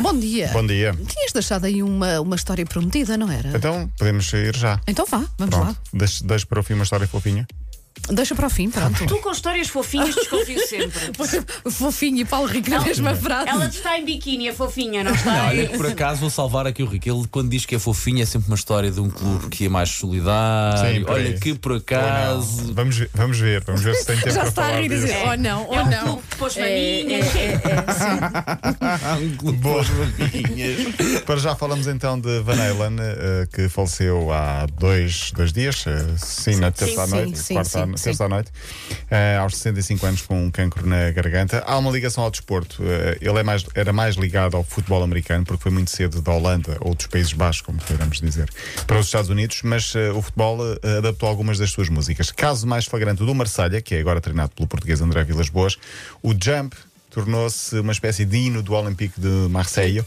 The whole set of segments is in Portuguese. Bom dia. Bom dia. Tinhas deixado aí uma, uma história prometida, não era? Então, podemos ir já. Então vá, vamos Pronto. lá. Deixo, deixo para o fim uma história fofinha. Deixa para o fim, pronto. Tu com histórias fofinhas desconfio sempre. Fofinho e Paulo Rico na mesma frase. Ela está em biquíni, a fofinha, não está? É Olha, que por acaso vou salvar aqui o Rico. Ele, quando diz que é fofinho, é sempre uma história de um clube que é mais solidário. Sim, por Olha, aí. que por Ou acaso. não. Vamos, ver- vamos ver, vamos ver se tem tempo Já para está a falar rir e dizer, disso. ou não, ou É um não. clube que pôs É, maminhas. Ah, Há um clube Boa. com as babinhas. Para já falamos então de Van Halen, eh, que faleceu há dois, dois dias, eh, sim, na terça à sim, noite, sim, quarta à- sim, sim. terça à noite, eh, aos 65 anos com um cancro na garganta. Há uma ligação ao desporto. eh, Ele é mais, era mais ligado ao futebol americano, porque foi muito cedo da Holanda ou dos Países Baixos, como queiramos dizer, para os Estados Unidos, mas eh, o futebol eh, adaptou algumas das suas músicas. Caso mais flagrante o do Marselha, que é agora treinado pelo português André Vilas Boas, o Jump tornou-se uma espécie de hino do Olympique de Marseille.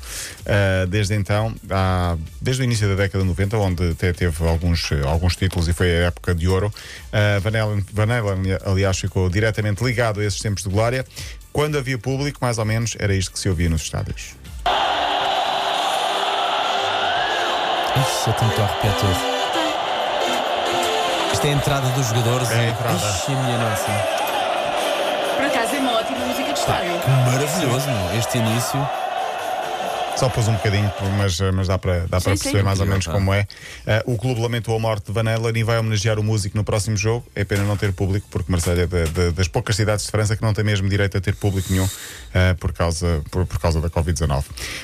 Ah, desde então, há- desde o início da década de 90, onde até teve alguns, eh, alguns títulos e foi a época de ouro, ah, Van, Halen, Van Halen, aliás, ficou diretamente ligado a esses tempos de glória. Quando havia público, mais ou menos, era isto que se ouvia nos estádios. Ixi, eu tenho que arrepiar todo. Isto é a entrada dos jogadores. É a e- entrada. Ixi, a minha nossa. Por acaso é uma ótima música de estádio. Que maravilhoso, meu. Este início. Só pôs um bocadinho, mas, mas dá para dá para sim. perceber mais ou menos Incrível, tá? como é. Ah, o clube lamentou a morte de Van Halen e vai homenagear o músico no próximo jogo. É pena não ter público, porque Marselha é da- da- das poucas cidades de França que não tem mesmo direito a ter público nenhum ah, por, causa, por, por causa da Covid-19.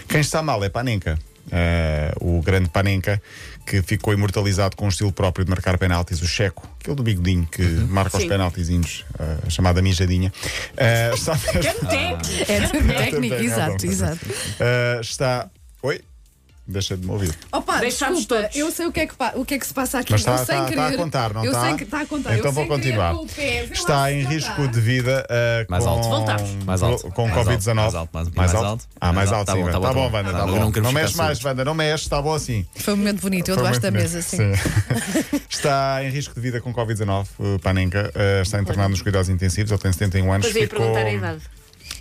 Quem está mal é Panenka. Ah, o grande Panenka, que ficou imortalizado com um estilo próprio de marcar penaltis, o checo, aquele do bigodinho que marca os Uhum. Sim. penaltizinhos, ah, chamada mijadinha. Ah, está mesmo- Até É termo técnico, Também, exato, não, não. exato. Uh, está. Oi? Deixa de me ouvir. Opa, Deixámos desculpa, todos. eu sei o que, é que, pa- o que é que se passa aqui, Mas está, eu sem está- querer. está a contar, não eu está? Sei que está a contar. Então eu vou sem querer continuar. com o pé, vê lá está se em não risco está. de vida uh, Mais com... alto. Voltamos. Mais alto. Com Mais Covid-19. alto, mais alto, mais- mais mais alto? alto. Ah, mais Mais alto, alto, tá sim. bom, tá Tá bom, bom, tá bom. Wanda. Tá Tá bom, bom. não queremos Não mexe ficar mais, surdos. Wanda. Não mexe. Está bom assim. Foi um momento bonito, eu Foi debaixo muito da bonito. mesa, sim. Sim. Está em risco de vida com Covid-19, uh, Panenka. Uh, está internado nos cuidados intensivos. Ele tem 71 anos. Pois ia Ficou- é perguntar a idade.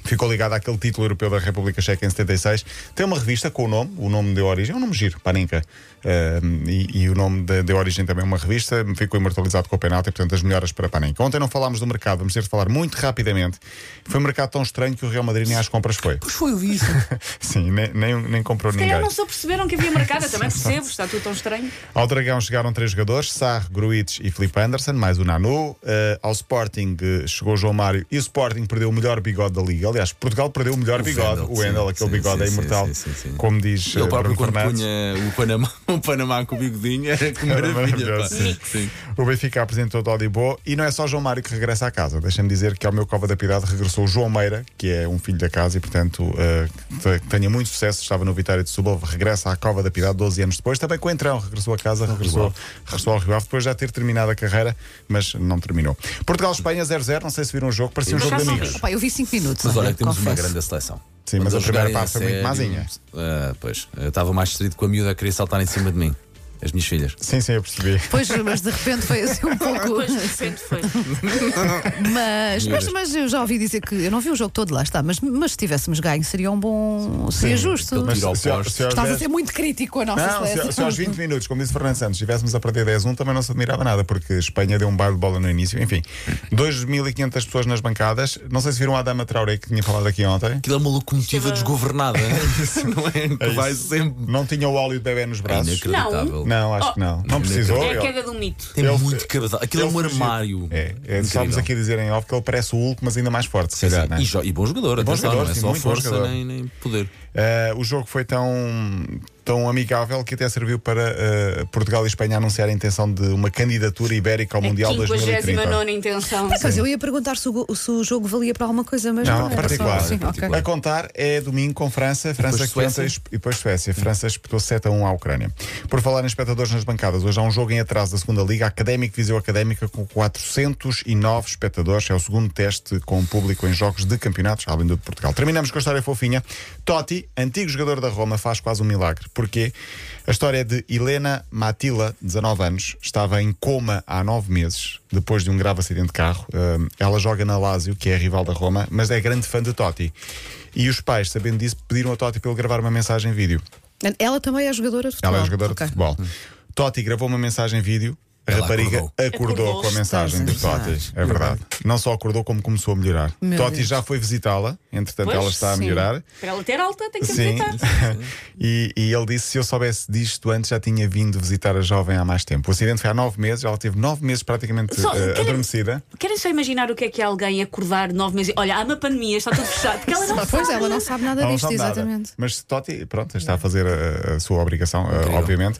Ficou ligado àquele título europeu da República Checa em 76. Tem uma revista com o nome, o nome deu origem, é um nome giro, Paninka. Eh, e, e o nome de- deu origem também a uma revista, ficou imortalizado com o penalti, portanto, as melhoras para Paninka. Ontem não falámos do mercado, vamos ter de falar muito rapidamente. Foi um mercado tão estranho que o Real Madrid nem às compras foi. Pois foi, eu vi isso. Sim, nem, nem, nem comprou Se calhar ninguém. não só perceberam que havia marcada, também percebo, está tudo tão estranho. Ao Dragão chegaram três jogadores, Sarr, Gruites e Filipe Anderson, mais o Nanu. Eh, ao Sporting eh, chegou João Mário e o Sporting perdeu o melhor bigode da Liga. Aliás, Portugal perdeu o melhor bigode, Wendel, o Endel, sim, aquele sim, bigode sim, é sim, imortal, sim, sim, sim. como diz eh, Ele próprio Bruno quando Fernandes. punha o Panamá, o Panamá com o bigodinho, era que Era maravilha. pá. maravilhoso, sim. Sim. O Benfica apresentou Dodibo e não é só João Mário que regressa à casa. Deixa-me dizer que ao meu Cova da Piedade regressou o João Meira, que é um filho da casa e, portanto, eh, te- que tenha muito sucesso. Estava no Vitória de Setúbal, regressa à Cova da Piedade 12 anos depois. Também Coentrão regressou a casa, regressou, regressou ao Rio Ave depois de já ter terminado a carreira, mas não terminou. Portugal-Espanha 0-0, não sei se viram o jogo, parecia um jogo de não vi. amigos. Opa, eu vi 5 minutos. Mas olha, que temos uma confesso. grande seleção. Sim, mas Quando a eles primeira jogarem parte foi muito sério, mazinha. ah, pois, eu estava mais distrito com a miúda a querer saltar em cima de mim. As minhas filhas. Sim, sim, eu percebi. Pois, mas de repente foi assim um pouco. Depois de repente foi. Mas, mas, mas eu já ouvi dizer que eu não vi o jogo todo lá está, mas, mas se tivéssemos ganho seria um bom. Seria Sim, justo. mas- Tiro ao se- poste. se aos Estás a 10 ser muito crítico a nossa Não, se, seleção. se aos 20 minutos, como disse o Fernando Santos, estivéssemos a perder 10-1, também não se admirava nada, porque a Espanha deu um baile de bola no início. Enfim, 2.500 pessoas nas bancadas. Não sei se viram a Dama Traoré que tinha falado aqui ontem. Aquilo é uma locomotiva desgovernada, não é? Que vai sempre. Não tinha o óleo de bebê nos É braços. inacreditável. Não, acho que não. Não precisou. É a Ele- queda de um mito. Tem Ele- muito cabedal. Aquilo é ele um fugiu. armário. É, é, estávamos Incrível. aqui a dizer em off que ele parece o Hulk, mas ainda mais forte, se Sim, calhar. sim. não é? E, jo- e bom jogador, bom atenção, jogador, não é sim, só muito bom força jogador. nem, nem poder. Eh, o jogo foi tão, tão amigável que até serviu para eh, Portugal e Espanha anunciar a intenção de uma candidatura ibérica ao A É Mundial 2030. 59 intenção. Por acaso, eu ia perguntar se o, go- se o jogo valia para alguma coisa, mas Não, não, é particular. Sim, ok. Particular. A contar é domingo com França, França depois que ontem Suécia. esp- e depois Suécia. França espetou 7 a 1 à Ucrânia. Por falar em espectadores nas bancadas, hoje há um jogo em atraso da segunda Liga, Académico Viseu Académica, com 409 espectadores. É o segundo teste com o público em jogos de campeonatos, além do de Portugal. Terminamos com a história fofinha. Totti, antigo jogador da Roma, faz quase um milagre. Porquê? A história é de Helena Matila, 19 anos, estava em coma há 9 meses, depois de um grave acidente de carro. Hum, Ela joga na Lazio, que é a rival da Roma, mas é grande fã de Totti. E os pais, sabendo disso, pediram a Totti para ele gravar uma mensagem em vídeo. Ela também é jogadora de futebol. Ela é jogadora Ok. de futebol. Totti gravou uma mensagem em vídeo. A Ela rapariga acordou. acordou, Acordou, com a mensagem do estás a Totti. É verdade. Não só acordou, como começou a melhorar. Meu Totti Deus. já foi visitá-la, entretanto, Pois, ela está a sim. melhorar. Para ela ter alta, tem que Sim. aproveitar. e, e ele disse: se eu soubesse disto antes, já tinha vindo visitar a jovem há mais tempo. O acidente foi há nove meses, ela teve nove meses praticamente Só- eh, querem- adormecida. Querem só imaginar o que é que é alguém acordar nove meses e olha, há uma pandemia, está tudo fechado. Porque ela não sabe. Ah, Pois ela não sabe nada Ela não disto, sabe nada. exatamente. Mas Totti, pronto, está a fazer a, a sua obrigação, uh, Incrível. obviamente.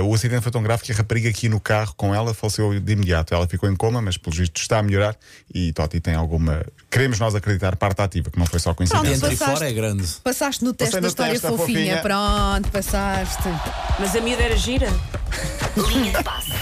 Um, o acidente foi tão grave que a rapariga aqui no carro com ela faleceu de imediato. Ela ficou em coma, mas pelo visto está a melhorar. E Totti tem alguma, queremos nós acreditar, parte ativa, que não foi só coincidência. Dentro e passaste. fora é grande. Passaste no teste Passei da no história teste da fofinha. fofinha. Pronto, passaste. Mas a miúda era gira. Linha de passe.